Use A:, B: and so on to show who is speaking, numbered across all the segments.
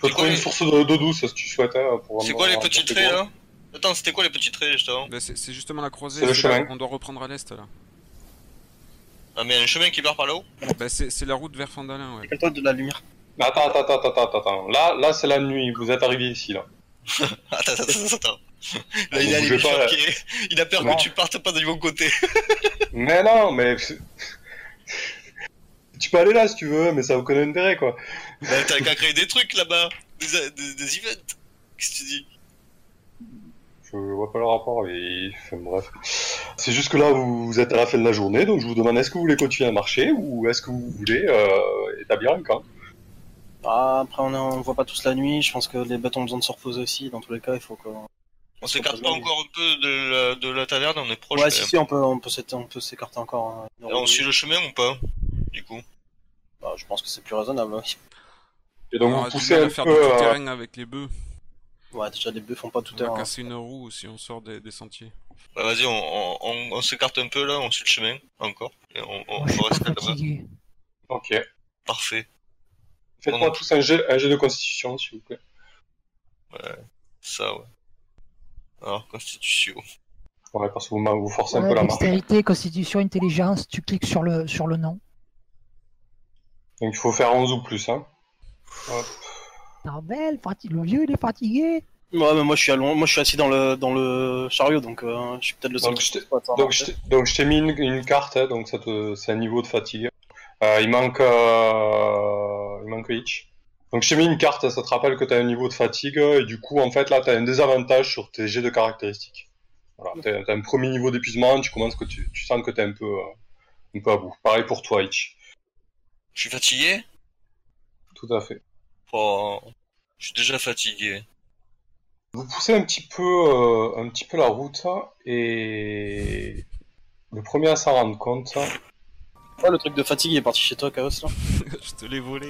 A: peux trouver
B: quoi
A: une
B: les-
A: source d'eau d'eau douce si tu souhaites. hein, pour
B: C'est
A: vraiment
B: quoi les
A: avoir
B: petits
A: n'importe
B: traits
A: quoi.
B: là Attends, c'était quoi les petits traits juste avant
C: Bah, c'est c'est justement la croisée,
A: C'est le
C: c'est là
A: chemin.
C: qu'on doit reprendre à l'est là.
B: Ah, mais un chemin qui part par là-haut
C: Bah, c'est c'est la route vers Fandalin, ouais.
D: Rappelle-toi de la lumière.
A: Mais attends, attends, attends, attends, attends, attends. Là, là c'est la nuit, vous êtes arrivé ici là.
B: Attends, attends, attends, attends. Là,
A: Vous
B: il, a les
A: Ah, bougez pas, là.
B: bifurqués. il a peur
A: Non.
B: que tu partes pas du bon côté.
A: Mais non, mais. tu peux aller là si tu veux, mais ça vous connaît intérêt quoi.
B: Bah, T'as qu'à créer des trucs là-bas, des, des, des events. Qu'est-ce que tu dis
A: Je vois pas le rapport, mais enfin, bref. C'est juste que là, vous, vous êtes à la fin de la journée, donc je vous demande est-ce que vous voulez continuer à marcher ou est-ce que vous voulez euh, établir un camp
D: Ah, après, on, est- on voit pas tous la nuit. Je pense que les bêtes ont besoin de se reposer aussi. Dans tous les cas, il faut que.
A: Oh,
B: On s'écarte pas encore un peu de la, de la taverne, on est proche.
D: Ouais,
B: quand
D: si,
B: même.
D: si, on peut, on peut s'éta- on peut s'écarter encore. hein.
B: Et on suit le chemin ou pas Du coup.
D: Bah, je pense que c'est plus raisonnable. oui.
A: Et donc
C: On
A: vous
C: aura du
A: poussez
C: mal
A: un
C: à faire
A: peu.
C: du
A: euh,
C: terrain avec les bœufs.
D: Ouais, déjà, les bœufs font pas tout
C: On
D: à
C: va
D: l'heure.
C: casser une roue si on sort des, des sentiers.
B: Bah, vas-y, on, on, on, on s'écarte un peu là, on suit le chemin, encore. Et on, on, on reste là-bas.
E: fatigué.
A: Ok.
B: Parfait.
A: Faites-moi tous un jeu, un jeu de constitution, s'il vous plaît.
B: Ça, ouais. Alors, constitution.
A: Ouais, parce que vous, m'a- vous forcez un
E: Ouais,
A: peu la marche.
E: dextérité, constitution, intelligence, tu cliques sur le, sur le nom.
A: Donc il faut faire 11 ou plus, hein.
E: Bordel, fati- le vieux il est fatigué.
D: Ouais, mais moi, je suis, à loin- moi, je suis assis dans le, dans le chariot, donc euh, je suis peut-être le seul
A: Donc,
D: qui
A: je t'ai-
D: se passe, hein,
A: Donc
D: en
A: je
D: fait.
A: t'ai- donc, je t'ai mis une, une carte, hein, donc ça te- c'est un niveau de fatigue. Euh, il manque euh, il manque Hitch. Donc je t'ai mis une carte, ça te rappelle que t'as un niveau de fatigue et du coup en fait là t'as un désavantage sur tes jets de caractéristiques. Voilà, t'as t'as un premier niveau d'épuisement, tu commences que tu, tu sens que t'es un peu euh, un peu à bout. Pareil pour toi Hitch.
B: Je suis fatigué
A: Tout à fait.
B: Oh, je suis déjà fatigué.
A: Vous poussez un petit peu euh, un petit peu la route et le premier à s'en rendre compte.
D: Ouais, le truc de fatigue, il est parti chez toi, Chaos, là.
C: Je te l'ai volé.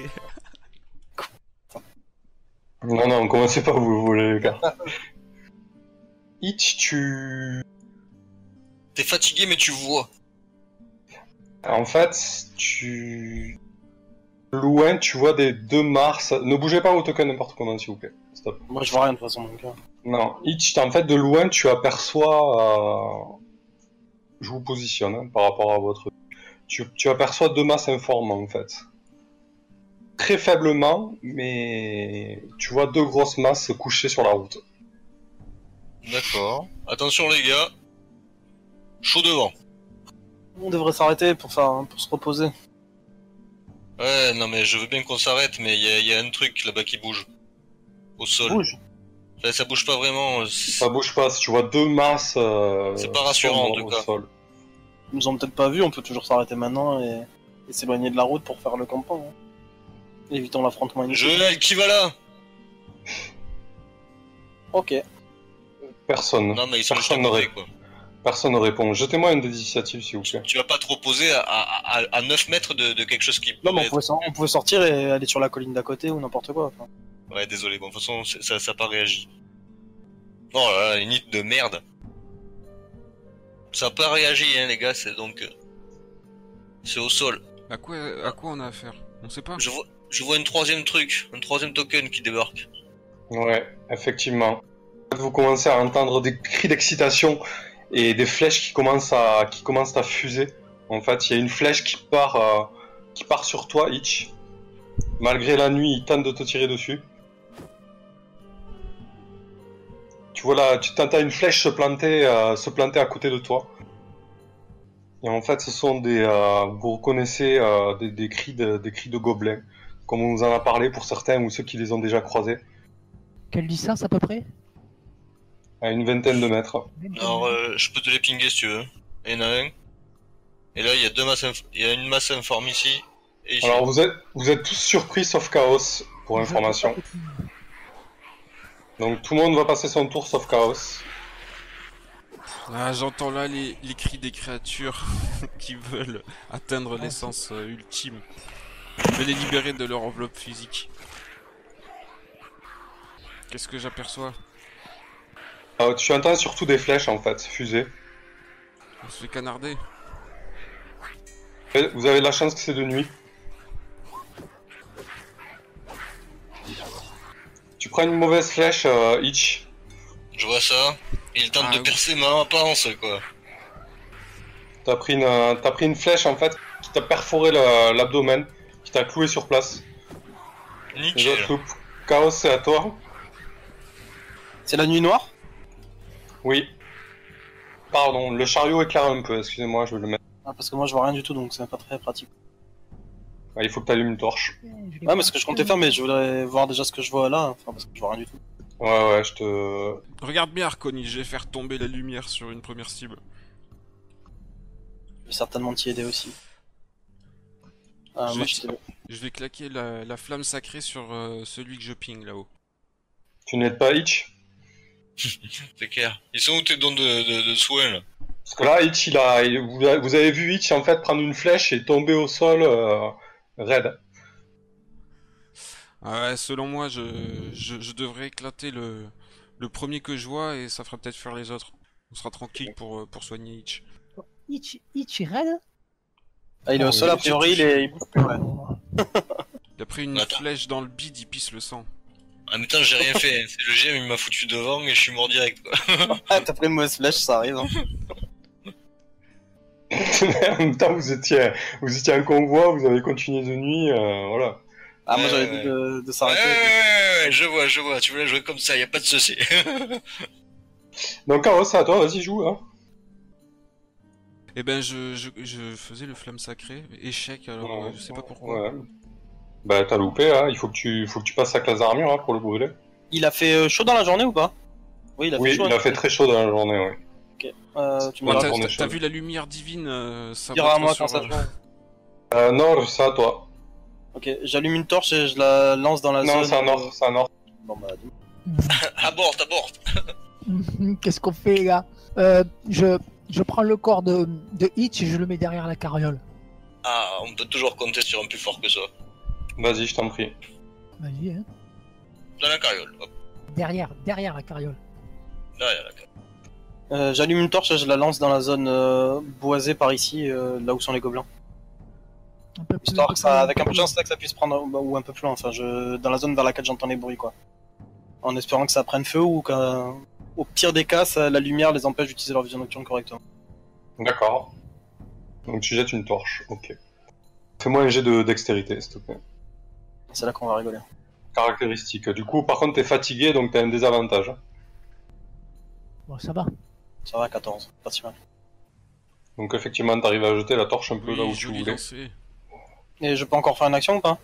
A: Non, non, commencez pas à vous voler les cartes. Hitch, tu...
B: T'es fatigué, mais tu vois.
A: En fait, tu... Loin, tu vois des deux Mars. Ne bougez pas au token n'importe comment, s'il vous plaît. Stop.
D: Moi, je vois rien de toute façon, donc. euh.
A: Non, Hitch, en fait, de loin, tu aperçois... euh, Je vous positionne hein, par rapport à votre... Tu, tu aperçois deux masses informes, en fait. Très faiblement, mais tu vois deux grosses masses couchées sur la route.
B: D'accord. Attention, les gars. Chaud devant.
D: On devrait s'arrêter pour faire, hein, pour se reposer.
B: Ouais, non, mais je veux bien qu'on s'arrête, mais il y a, y a un truc là-bas qui bouge. Au sol.
D: Bouge.
B: Enfin, ça bouge pas vraiment. c'est-
A: Ça bouge pas, si tu vois deux masses. euh,
B: C'est pas rassurant, en
A: sombres
B: tout
A: au
B: cas.
A: sol.
D: Ils nous ont peut-être pas vu, on peut toujours s'arrêter maintenant et, et s'éloigner de la route pour faire le campement. hein. Évitons l'affrontement inutile.
B: Joël, qui va là
D: Ok.
A: Personne.
B: Non, mais ils sont juste à
A: Personne n'aurait-
B: côté, quoi.
A: Personne ne répond. Jetez-moi une des initiatives, s'il vous plaît.
B: Tu vas pas trop poser à, à, à, à 9 mètres de, de quelque chose qui.
D: Non,
B: pourrait
D: mais on pouvait, sor- on pouvait sortir et aller sur la colline d'à côté ou n'importe quoi. enfin.
B: être- Ouais, désolé, bon, de toute façon, c'est- ça, ça a pas réagi. Oh là là, une hit de merde. Ça a pas réagi, hein, les gars, c'est donc. euh, C'est au sol.
C: À quoi, à quoi on a affaire On sait pas.
B: Je vois, je vois un troisième truc, un troisième token qui débarque.
A: Ouais, effectivement. Vous commencez à entendre des cris d'excitation et des flèches qui commencent à, qui commencent à fuser. En fait, il y a une flèche qui part, euh, qui part sur toi, Hitch. Malgré la nuit, il tente de te tirer dessus. Tu vois là, tu t'entends une flèche se planter, euh, se planter à côté de toi. Et en fait, ce sont des, euh, vous reconnaissez euh, des, des cris de, des cris de gobelins, comme on vous en a parlé pour certains ou ceux qui les ont déjà croisés.
E: Quelle distance à peu près
A: à une vingtaine de mètres.
B: Alors, euh, je peux te les pinguer si tu veux. Il y en a un. Et là, il y a deux masses, inf- il y a une masse informe ici. Et ici.
A: Alors vous êtes, vous êtes tous surpris sauf Chaos, pour information. Donc tout le monde va passer son tour sauf Chaos.
C: Ah, j'entends là les, les cris des créatures qui veulent atteindre l'essence euh, ultime. Je vais les libérer de leur enveloppe physique. Qu'est-ce que j'aperçois
A: Euh, tu entends surtout des flèches en fait, fusées.
C: On se fait canarder.
A: Et Vous avez de la chance que c'est de nuit. Tu prends une mauvaise flèche, euh, Hitch.
B: Je vois ça. Il tente
C: Ah,
B: de
C: oui.
B: percer ma apparence, quoi.
A: T'as pris, une, euh, t'as pris une flèche en fait qui t'a perforé le- l'abdomen, qui t'a cloué sur place. Les
B: Nickel.
A: autres loupent. Chaos, c'est à toi.
D: C'est la nuit noire
A: Oui. Pardon, le chariot éclaire un peu, excusez-moi, je vais le mettre.
D: Ah, Parce que moi je vois rien du tout donc c'est pas très pratique.
A: Ah, il faut que t'allumes une torche.
D: Ouais, mais ce que je comptais faire, mais je voulais voir déjà ce que je vois là, enfin, parce que je vois rien du tout.
A: Ouais, ouais, je te.
C: Regarde bien, Arconi, je vais faire tomber la lumière sur une première cible.
D: Je vais certainement t'y aider aussi. Ah,
C: Je
D: moi,
C: vais-
D: je t'ai-
C: Je vais claquer la, la flamme sacrée sur euh, celui que je ping là-haut.
A: Tu n'aides pas Hitch
B: C'est clair. Ils sont où tes dons de, de, de soins, là
A: Parce que là, Hitch, il a... il- vous a- vous avez vu Hitch en fait prendre une flèche et tomber au sol euh, raide.
C: Ah ouais, selon moi, je, je, je devrais éclater le, le premier que je vois et ça fera peut-être faire les autres. On sera tranquille pour, euh, pour soigner Hitch.
E: Itch, Itch est raide
D: Ah, il est
A: Oh,
D: au sol,
A: oui,
D: a priori, il est. il bouge plus, ouais.
C: Il a pris une
B: Attends.
C: flèche dans le bide, il pisse le sang.
B: En même temps, j'ai rien fait. hein. C'est le GM, il m'a foutu devant et je suis mort direct, quoi.
D: Ah, t'as pris une mauvaise flèche, ça arrive. hein.
A: en même temps, vous étiez, vous étiez en convoi, vous avez continué de nuit, euh, voilà.
D: Ah, moi
B: Ouais,
D: j'avais
B: ouais.
D: dit de, de
B: Ouais, ouais,
D: s'arrêter.
B: ouais, ouais, je vois, je vois. Tu veux la jouer comme ça, y a pas de souci.
A: Donc, Chaos, c'est à toi, vas-y, joue. Hein.
C: Eh ben, je, je, je faisais le flamme sacrée, échec, alors
A: Ouais,
C: euh, je sais pas pourquoi.
A: Ouais. Bah t'as loupé, hein. il faut que tu faut que tu passes à classe d'armure hein, pour le brûler.
D: Il a fait euh, chaud dans la journée ou pas Oui, il a
A: oui,
D: fait chaud.
A: il a
D: hein.
A: fait très chaud dans la journée, oui.
D: Euh, tu me
C: Ouais,
A: Voilà,
C: t'as-
D: racontes,
A: on est
C: t'as- T'as
A: chaud.
C: vu la lumière divine euh, ça
D: tu diras à
C: montre
D: moi
C: sur,
D: quand ça
C: euh,
D: se voit.
A: Euh, nord, c'est à toi.
D: Ok, j'allume une torche et je la lance dans la zone.
A: non, c'est à nord, c'est à nord.
D: Bon, bah, dis-
B: aborte, aborte.
E: Qu'est-ce qu'on fait, les gars Euh, je, je prends le corps de, de Hitch et je le mets derrière la carriole.
B: Ah, on peut toujours compter sur un plus fort que soi.
A: Vas-y, je t'en prie.
E: Vas-y, hein.
B: Dans la carriole. Hop,
E: Derrière, derrière la carriole.
B: derrière la carriole.
D: Euh, j'allume une torche et je la lance dans la zone euh, boisée par ici, euh, là où sont les gobelins.
E: Un peu plus-
D: Histoire que ça, avec un peu de
E: plus-
D: chance, là que ça puisse prendre, bah, ou- ou un peu plus loin, enfin, je, dans la zone vers laquelle j'entends les bruits, quoi. En espérant que ça prenne feu ou qu'au au pire des cas, ça- la lumière les empêche d'utiliser leur vision nocturne correctement.
A: D'accord. Donc tu jettes une torche, ok. Fais-moi un jet de dextérité, s'il te plaît.
D: C'est là qu'on va rigoler.
A: Caractéristique. Du coup, par contre, t'es fatigué, donc t'as un désavantage.
E: Bon, ça va.
D: Ça va, 14, pas si mal.
A: Donc effectivement, t'arrives à jeter la torche un peu là où
C: Oui,
A: tu
C: joli
A: voulais.
C: lancer.
D: Et je peux encore faire une action ou pas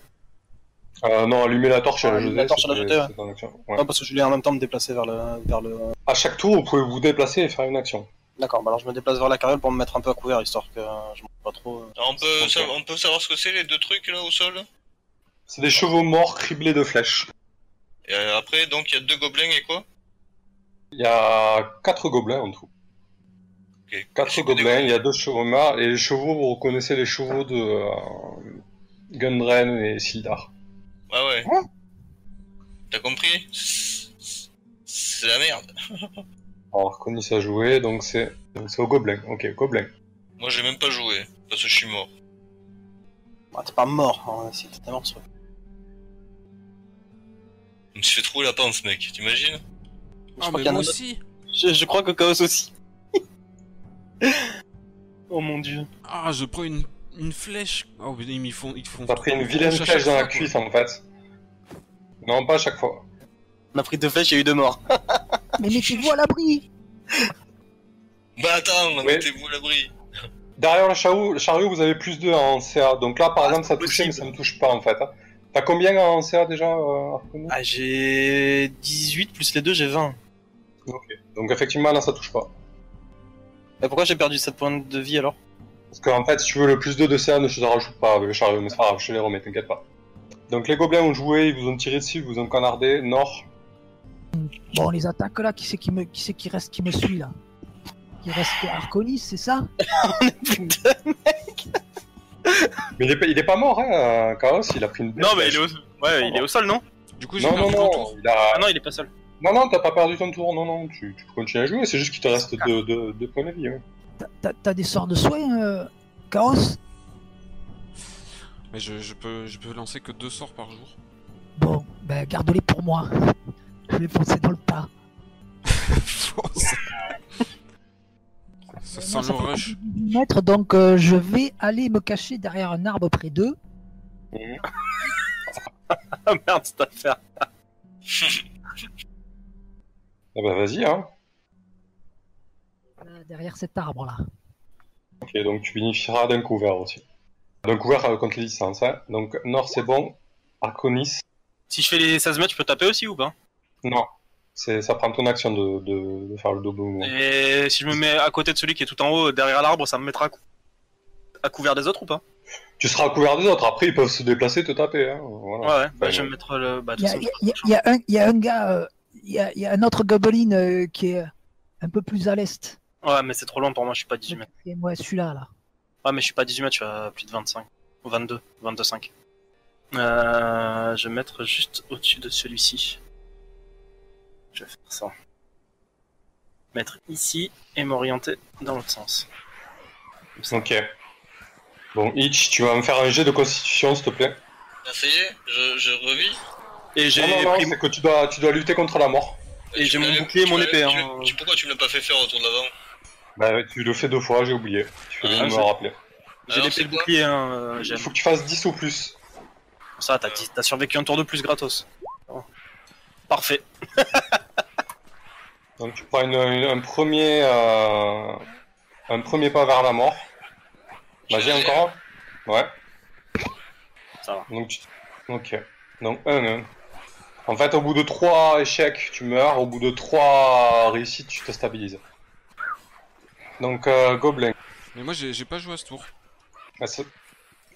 A: Euh, non, allumer la torche et la
D: Allumer
A: jeter.
D: la torche et la
A: c'était-
D: jeter, ouais.
A: c'était ton action. Ouais.
D: Non, Ah, parce que je voulais en même temps me déplacer vers le. Vers le...
A: À chaque tour, vous pouvez vous déplacer et faire une action.
D: D'accord, bah alors je me déplace vers la carriole pour me mettre un peu à couvert, histoire que euh, je ne pas trop. euh.
B: Alors, on peut,
A: Ok.
B: savoir- on peut savoir ce que c'est, les deux trucs, là, au sol
A: C'est des chevaux morts criblés de flèches.
B: Et euh, après, donc, il y a deux gobelins et quoi
A: Il y a quatre gobelins en tout.
B: Ok.
A: Quatre
B: C'est que des
A: gobelins, il y a deux chevaux morts, et les chevaux, vous reconnaissez les chevaux de euh, Gundren et Sildar.
B: Ah ouais.
D: Hein?
A: Ouais.
B: T'as compris C'est- C'est la merde.
A: Alors, Conis a joué, donc c'est donc c'est aux gobelins. Ok, gobelins.
B: Moi, j'ai même pas joué, parce que je suis mort.
D: Ah, t'es pas mort, hein, si t'étais mort, ce
B: Je me suis fait trouver la panse, mec, t'imagines
C: Ah,
D: crois qu'il y
C: mais
D: en a
C: moi
D: d'autres.
C: aussi
D: Je, je crois que Chaos aussi. oh mon dieu.
C: Ah, je prends une, une flèche Oh, mais ils m'y font... Ils font
A: T'as pris
C: trop
A: une
C: de
A: vilaine
C: flèches à
A: flèche
C: chaque
A: dans la
C: fois, quoi.
A: cuisse, en fait. Non, pas à chaque fois.
D: On a pris deux flèches, il y a eu deux morts.
E: Mais mettez-vous à l'abri
B: Bah attends,
A: Ouais.
B: mettez-vous à l'abri.
A: Derrière le chariot, le chariot, vous avez plus 2 en CA. Donc là, par exemple, ça touchait, mais
D: Ah, possible.
A: ça ne touche pas, en fait. hein. T'as combien en CA déjà, euh, Arconis
D: Ah, j'ai 18 plus les deux, j'ai 20.
A: Donc effectivement, là, ça touche pas.
D: Mais pourquoi j'ai perdu 7 points de vie alors
A: Parce qu'en fait, si tu veux le plus 2 de CA, ne se rajoute pas avec le chariot, mais c'est pas grave, je te les remets, t'inquiète pas. Donc les gobelins ont joué, ils vous ont tiré dessus, ils vous ont canardé, nord.
E: Bon, on les attaque là, qui c'est qui, me... qui, c'est qui reste qui me suit là Il reste que Arconis, c'est ça
A: Mais il est, pas- il est pas mort, hein, euh, Chaos, il a pris une. belle flèche.
D: au, ouais,
A: il est au
D: sol, non
C: Du coup, j'ai
A: Non, non,
C: perdu mon
A: non,
C: tour.
A: il a-
D: Ah non, il est pas seul.
A: non, non, t'as pas perdu ton tour, non, non, tu, tu peux continuer à jouer, c'est juste qu'il te reste deux, deux- deux points de vie. ouais.
E: T'as- T'as t'as des sorts de soins, euh, Chaos
C: Mais je, je peux, je peux lancer que deux sorts par jour.
E: Bon, ben garde-les pour moi. Je vais foncer dans le tas.
C: Fonce. ça
E: Moi,
C: sent
E: ça
C: le
E: fait
C: rush.
E: 10 mètres, donc euh, je vais aller me cacher derrière un arbre près d'eux.
D: Ah merde, cette affaire.
A: Ah bah vas-y, hein.
E: euh, derrière cet arbre là.
A: Ok, donc tu bénéficieras d'un couvert aussi. D'un couvert euh, contre les distances, hein. Donc Nord, c'est bon. Arconis,
D: Si je fais les 16 mètres, je peux taper aussi ou pas
A: non. C'est, ça prend ton action de, de, de faire le double mouvement.
D: Et si je me mets à côté de celui qui est tout en haut, derrière l'arbre, ça me mettra à, cou- à couvert des autres ou pas
A: Tu seras à couvert des autres, après ils peuvent se déplacer, te taper, hein. Voilà.
D: Ouais, ouais. Bah, je vais me mettre le. Bah, de
E: Il y
D: toute
E: a,
D: façon,
E: il y a- il y a un- il y a un gars, euh, il y, a, il y a un autre gobeline euh, qui est un peu plus à l'est.
D: Ouais, mais c'est trop loin pour moi, je suis pas à 18 mètres.
E: Et moi, celui-là là.
D: Ouais, mais je suis pas à 18 mètres, je suis à plus de 25. Ou 22, 22, 5. Euh, je vais me mettre juste au-dessus de celui-ci. Je vais faire ça. Mettre ici et m'orienter dans l'autre sens.
A: Ok. Bon, Itch, tu vas me faire un jet de constitution, s'il te plaît.
B: Ah, ça y est, je, je revis.
D: Et j'ai
A: Non, non, non,
D: pris
A: c'est que tu dois, tu dois lutter contre la mort.
D: Et
B: Tu
D: j'ai
B: me
D: mon
B: l'avais-
D: bouclier et
B: tu
D: mon
B: me l'avais-
D: épée,
B: tu
D: hein.
B: me- tu- pourquoi tu me l'as pas fait faire au tour d'avant
A: Bah, tu le fais deux fois, j'ai oublié. Tu fais bien
B: Ah,
A: de me
D: je-
A: le rappeler.
D: j'ai
B: Alors,
D: l'épée
B: c'est
D: le
B: quoi
D: bouclier, hein, euh,
A: Il
D: j'aime.
A: faut que tu fasses 10 ou plus.
D: Ça, t'as dix- t'as survécu un tour de plus gratos. Oh. Parfait.
A: Donc tu prends une- une- un premier euh, un premier pas vers la mort. Vas-y
B: J'ai-
A: encore. Ouais.
D: Ça va.
A: Donc tu- ok. Donc un, un. En fait, au bout de trois échecs, tu meurs. Au bout de trois réussites, tu te stabilises. Donc euh, gobelin.
C: Mais moi, j'ai j'ai pas joué à ce tour.
A: Ah, c'est-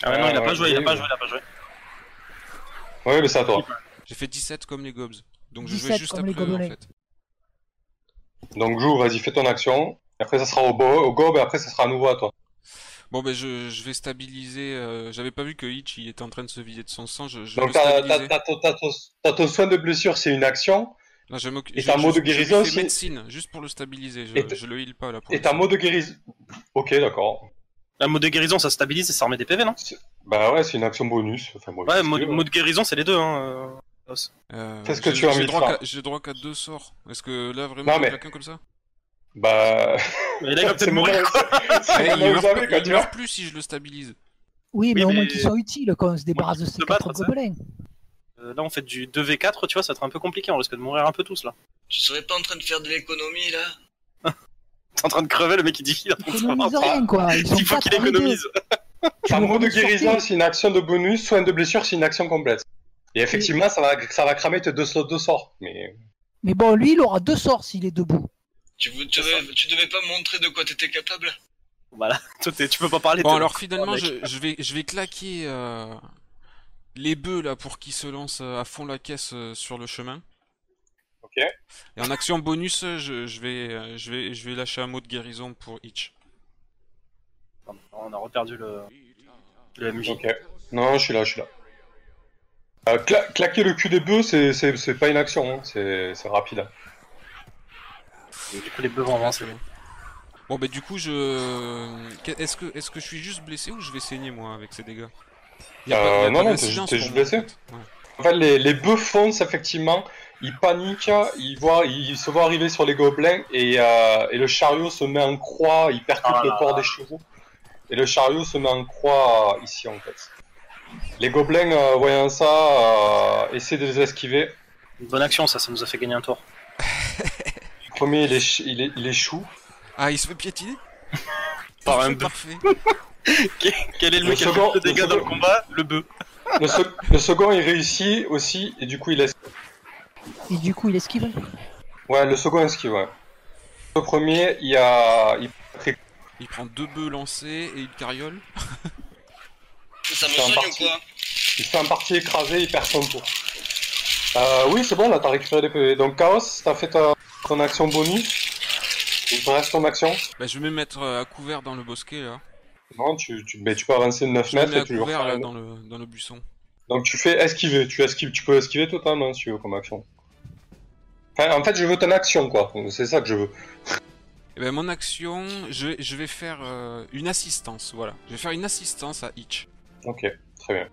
D: Ah ouais, non, il a
A: Euh,
D: pas joué, il a
A: oui,
D: pas
A: oui.
D: joué, il a pas joué.
A: Ouais, mais c'est à toi.
C: J'ai fait 17 comme les gobs. Donc je
E: 17
C: jouais juste
E: comme
C: après
E: les
C: eux, en
E: gobelets.
C: fait.
A: Donc joue, vas-y, fais ton action. Après, ça sera au, bo- au gob, et après, ça sera à nouveau à toi.
C: Bon ben je, je vais stabiliser. euh, J'avais pas vu que Hitch il était en train de se vider de son sang. Je, je vais
A: Donc
C: le
A: t'as t'as-
C: stabiliser.
A: t'as ton- t'as ton- t'as ton soin de blessure, c'est une action.
C: Non, je vais m'occu-
A: et
C: je-
A: t'as un
C: je-
A: mot de
C: je lui
A: guérison
C: fais
A: aussi
C: médecine juste pour le stabiliser.
A: Et
C: Je,
A: t-
C: je le heal pas là. Pour
A: Et t'as un mot de guérison. Ok, d'accord.
D: La mode de guérison, ça stabilise et ça remet des PV, non
A: Bah ouais, c'est une action bonus. Enfin, bon,
D: Ouais,
A: si
D: mode,
A: tu veux.
D: mode guérison, c'est les deux, hein. euh.
A: Qu'est-ce que tu as
C: J'ai
A: mis
C: droit
A: de
C: qu'à- j'ai droit qu'à deux sorts. Est-ce que là vraiment
A: Non,
C: j'ai
A: mais-
C: quelqu'un comme ça
A: Bah.
D: Mais là, il va
A: c'est
D: peut-être mourir.
A: mon-
C: Eh,
A: C'est
C: Il
A: mon avis,
C: meurt pas-
A: quand
C: il
A: tu
C: meurt plus si je le stabilise.
E: Oui, mais
D: Oui,
E: au moins
D: mais-
E: qu'ils sont utiles quand on se débarrasse de ces
D: se
E: quatre
D: battre, ça.
E: gobelins.
D: Euh, Là, on fait du 2v4, tu vois, ça va être un peu compliqué, on risque de mourir un peu tous, là.
B: Tu serais pas en train de faire de l'économie là
D: T'es en train de crever, le mec, il dit... Il, est en train de se
E: Économise
D: rendre.
E: rien quoi. Ils sont
D: Il faut
E: quatre
D: qu'il
E: dans les deux.
D: économise.
E: Tu
A: Un
E: me
A: mot de
E: remets sur
A: guérison,
E: pied.
A: c'est une action de bonus. Soin de blessure, c'est une action complète. Et effectivement, ça va, ça va cramer tes deux slots de sort. Mais.
E: Mais bon, lui, il aura deux sorts s'il est debout.
B: tu, vou- tu,
D: C'est ça.
B: devais, tu devais pas montrer de quoi t'étais capable
D: Voilà, Toi, t'es- tu peux pas parler.
C: Bon
D: t'es-
C: alors finalement
D: mec.
C: je, je vais je vais claquer euh, les bœufs là pour qu'ils se lancent euh, à fond la caisse euh, sur le chemin.
A: Ok.
C: Et en action bonus euh, je, je vais euh, je vais je vais lâcher un mot de guérison pour Hitch.
D: Pardon, On a reperdu le... Le MJ.
A: euh, Ok. Non, je suis là, je suis là. Euh, cla- claquer le cul des bœufs, c'est- c'est c'est pas une action. hein. C'est c'est rapide. hein.
D: Et Du coup, les bœufs vont
C: Bon,
D: avancer.
C: bah du coup je Qu'est- est-ce que est-ce que je suis juste blessé ou je vais saigner moi avec ces dégâts Y a
A: Euh,
C: pas- y a
A: non, non,
C: pas
A: t'es
C: d'incidence
A: juste- t'es
C: pour
A: juste blessé.
C: moi, en fait. Ouais.
A: En fait, les, les bœufs foncent, effectivement. Ils paniquent, ils, voient, ils se voient arriver sur les gobelins et, euh, et le chariot se met en croix, il percute
D: Ah là
A: le corps
D: là.
A: des chevaux. Et le chariot se met en croix euh, ici, en fait. Les gobelins, euh, voyant ça, euh, essaient de les esquiver.
D: Une bonne action, ça, ça nous a fait gagner un tour.
A: Le premier, il, éche- il é- il échoue.
C: Ah, il se fait piétiner
D: Par un
C: Parfait,
D: bœuf.
C: Parfait.
D: Quel est le
A: Le
D: mec qui a fait
A: second-
D: le plus de dégâts
A: le
D: dans le
A: second.
D: combat Le bœuf.
A: Le, sec- le second, il réussit aussi, et du coup, il esquive.
E: Et du coup, il esquive.
A: Ouais, le second esquive, ouais. Le premier, il a. Il...
C: Il prend deux bœufs lancés et une carriole.
B: Ça me
A: C'est en
B: soigne ou
A: partie.
B: quoi
A: Il se fait en partie écraser, il perd son tour. Euh, oui, c'est bon, là, t'as récupéré des PV. Donc, Chaos, t'as fait ta- ton action bonus. Il te reste ton action.
C: Bah je vais me mettre euh, à couvert dans le bosquet là.
A: Non, tu, tu, mais tu peux avancer de 9
C: Je me
A: mètres
C: mets
A: et
C: à
A: tu lui
C: couvert
A: refais
C: là
A: un-
C: dans le dans le buisson.
A: Donc, tu fais esquiver. Tu, esquives, tu peux esquiver totalement, si tu veux, comme action. Enfin, en fait, je veux ton action, quoi. C'est ça que je veux.
C: Eh ben, mon action, je vais, je vais faire euh, une assistance, voilà. Je vais faire une assistance à Hitch.
A: Ok, très bien.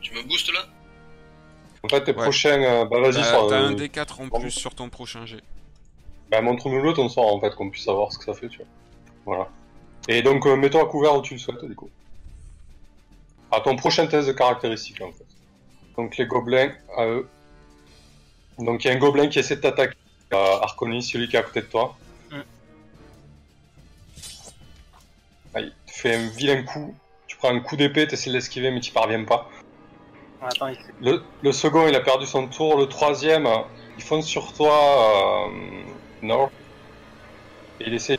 B: Tu me boostes là
A: En fait, tes
C: Ouais.
A: prochains. euh, bah, vas-y,
C: T'as
A: sors,
C: t'as
A: euh,
C: un D4 en
A: pardon.
C: plus sur ton prochain jet.
A: Bah, montre-nous le ton sort en fait, qu'on puisse savoir ce que ça fait, tu vois. Voilà. Et donc, euh, mets-toi à couvert où tu le souhaites, du coup. À ton prochain test de caractéristiques, en fait. Donc, les gobelins, à eux. Donc, il y a un gobelin qui essaie de t'attaquer. Euh, Arconis, celui qui est à côté de toi.
D: Mm.
A: Ah, il te fait un vilain coup. Tu prends un coup d'épée, t'essaies de l'esquiver, mais tu parviens pas.
D: Attends, il-
A: Le, le second, il a perdu son tour. Le troisième, euh, il fonce sur toi, euh, Nord. Et il essaie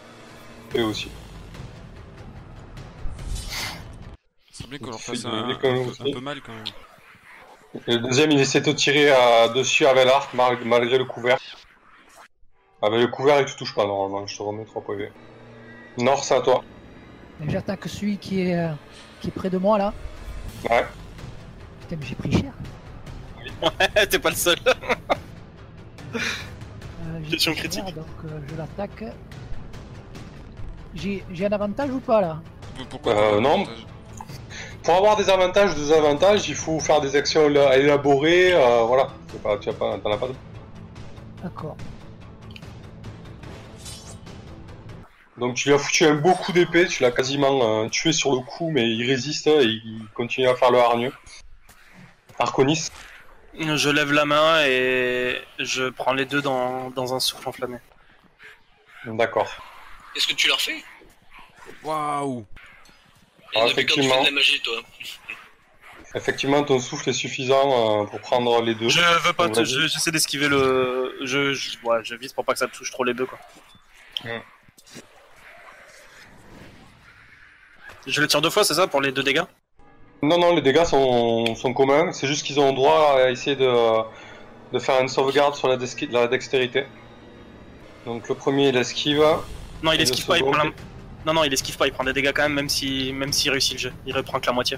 A: de aussi.
C: C'est bien qu'on leur
A: Il
C: fasse
A: fait
C: un,
A: des-
C: un
A: des conneries
C: peu,
A: aussi.
C: un peu mal quand même.
A: Et le deuxième, il essaie de te tirer euh, dessus avec l'arc, mal- malgré le couvert. Avec le couvert, il te touche pas normalement. Je te remets 3 PV. Nord, c'est à toi.
E: Mais J'attaque celui qui est, euh, qui est près de moi là.
A: Ouais.
E: Putain, mais j'ai pris cher.
D: t'es pas le seul.
E: Euh, j'ai
D: Question
E: pris cher,
D: critique.
E: donc euh, je l'attaque. J'ai j'ai un avantage ou pas là
C: Pourquoi
A: Euh,
C: t'as
A: non.
C: l'avantage
A: Pour avoir des avantages, des avantages, il faut faire des actions éla- élaborées. euh, voilà. C'est pas- tu as pas, t'en as pas de
E: D'accord.
A: Donc tu lui as foutu un beau coup d'épée, tu l'as quasiment euh, tué sur le coup, mais il résiste et il continue à faire le hargneux. Arconis,
D: Je lève la main et je prends les deux dans, dans un souffle enflammé.
A: d'accord.
B: Qu'est-ce que tu leur fais
C: Waouh
A: Ah,
B: depuis quand tu fais
A: effectivement.
B: de la magie, toi
A: Effectivement, ton souffle est suffisant euh, pour prendre les deux.
D: Je veux pas,
A: Donc,
D: te-
A: vas-y.
D: je- j'essaie d'esquiver le. Je, je, ouais, je vise pour pas que ça me touche trop les deux quoi.
A: Ouais.
D: Je le tire deux fois, c'est ça, pour les deux dégâts
A: Non, non, les dégâts sont, sont communs, c'est juste qu'ils ont droit à essayer de, de faire une sauvegarde sur la, desqui- la dextérité. Donc le premier, il esquive.
D: Non, il
A: Et
D: esquive
A: le
D: pas, il prend la...
A: second,
D: Non, non, il esquive pas, il prend des dégâts quand même, même si, même s'il réussit le jeu. Il reprend que la moitié.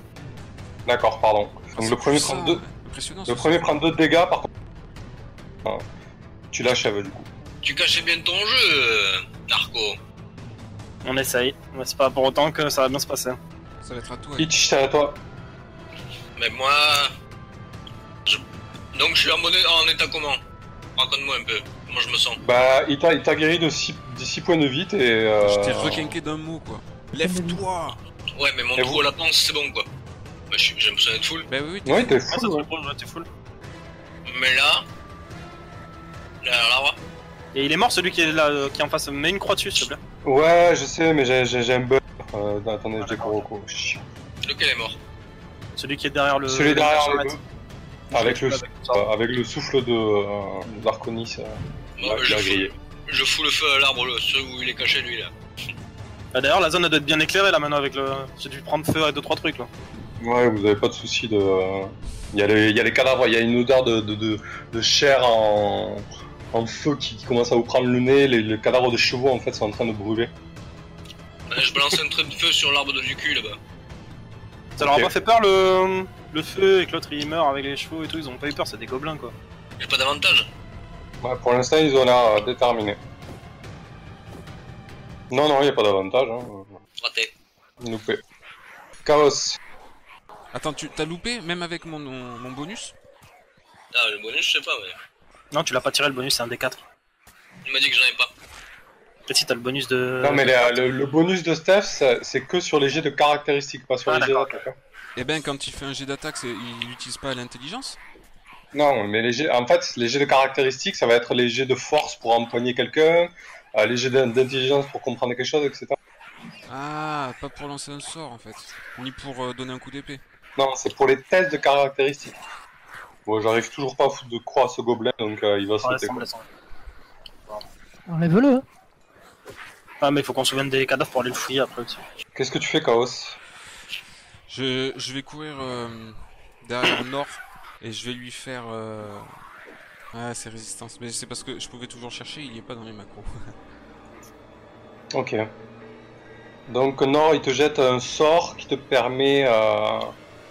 A: D'accord, pardon.
C: Ah,
A: Donc
C: c'est
A: le premier
C: pour ça,
A: prend deux,
C: ouais. Impressionnant.
A: le
C: ça.
A: premier prend deux dégâts, par contre. Ah. Tu l'achèves du coup.
B: Tu cachais bien ton jeu, euh, Narco.
D: On essaye. Mais c'est pas pour autant que ça va bien se passer. hein.
C: Ça va être à toi.
A: Itch, c'est à toi.
B: Mais moi. je- Donc, je suis en, mode... en état comment Raconte-moi un peu. Comment je me sens
A: Bah, il t'a il t'a guéri de 6, points de vite et. euh,
C: Je t'ai requinqué d'un mot quoi. Lève-toi
B: Ouais, mais mon
A: Et
B: trou
A: vous
B: à la panse, c'est bon, quoi. Bah, je suis- j'ai l'impression d'être full.
C: Bah oui, oui, t'es
A: Ouais,
C: fou.
A: t'es
D: Ah,
A: fou.
D: ça
A: ouais.
D: te prouve, t'es full.
B: Mais là. Là, là, là, là.
D: Et il est mort celui qui est là, euh, qui est en face. Mets une croix dessus, s'il te plaît.
A: Ouais, je sais, mais j'ai- j'ai j'ai un bug. Euh, attendez,
D: Ah,
A: je découvre au coup.
B: Lequel est mort
D: Celui qui est derrière le.
A: Celui derrière le
D: Matt.
A: Avec
D: Je
A: le,
D: l'ai
A: sou-
D: pas avec ça.
A: euh, avec le souffle de euh, d'Arconis, euh,
B: Bon,
A: bah,
B: bah,
A: il
B: je,
A: a
B: fous...
A: grillé.
B: je fous le feu à l'arbre, le... celui où il est caché, lui, là.
D: Bah, D'ailleurs, la zone elle doit être bien éclairée là maintenant avec le. J'ai dû prendre feu à deux trois trucs là.
A: Ouais, vous avez pas de souci de. euh, Il y, a les- il y a les cadavres, il y a une odeur de, de, de, de chair en, en feu qui, qui commence à vous prendre le nez. Les, les cadavres de chevaux en fait sont en train de brûler.
B: Bah, je balance un trait de feu sur l'arbre de cul, là-bas.
D: Ça leur a
A: Ok.
D: pas fait peur le, le feu et que l'autre il meurt avec les chevaux et tout, ils ont pas eu peur, c'est des gobelins quoi.
B: J'ai pas d'avantage.
A: Ouais, pour l'instant, ils ont l'air euh, déterminés. Non, non, il n'y a pas d'avantage. Hein.
B: Raté.
A: Loupé. Chaos.
C: Attends, tu t'as loupé même avec mon, mon, mon bonus
B: Ah, le bonus, je sais pas, mais.
D: Non, tu l'as pas tiré le bonus, c'est un D4.
B: Il m'a dit que j'en ai pas.
D: Et si t'as le bonus de.
A: Non mais les- le, le bonus de Steph, ça- c'est que sur les jets de caractéristiques, pas sur
D: Ah,
A: les jets
D: d'accord,
A: d'attaque. hein.
C: Eh ben, quand il fait un jet d'attaque, c'est- il n'utilise pas l'intelligence
A: Non, mais les jets, en fait, les jets de caractéristiques, ça va être les jets de force pour empoigner quelqu'un, euh, les jets d'in- d'intelligence pour comprendre quelque chose, etc.
C: Ah, pas pour lancer un sort en fait. Ni pour euh, donner un coup d'épée.
A: Non, c'est pour les tests de caractéristiques. Bon, j'arrive toujours pas à foutre de croix à ce gobelin, donc euh, il va
D: Ah,
A: sauter.
D: laisse-en,
A: quoi.
D: laisse-en.
E: Enlève-le. hein.
D: Ah, mais faut qu'on se souvienne des cadavres pour aller le fouiller après aussi.
A: Qu'est-ce que tu fais, Chaos
C: Je, je vais courir euh, derrière Nord et je vais lui faire. euh, Ah, c'est résistance. Mais c'est parce que je pouvais toujours chercher, il n'y est pas dans mes macros.
A: Ok. Donc non, il te jette un sort qui te permet euh,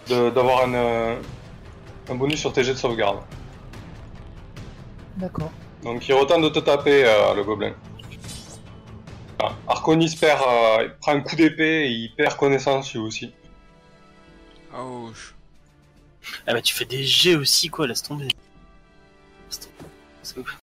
A: de- d'avoir un, euh, un bonus sur tes jets de sauvegarde.
E: D'accord.
A: Donc il retente de te taper euh, le gobelin. Ah, Arconis perd, euh, il prend un coup d'épée et il perd connaissance lui aussi.
C: Ah, Oh, je-
D: Eh, Ah bah tu fais des jets aussi quoi, laisse tomber. Laisse tomber. C'est ouf.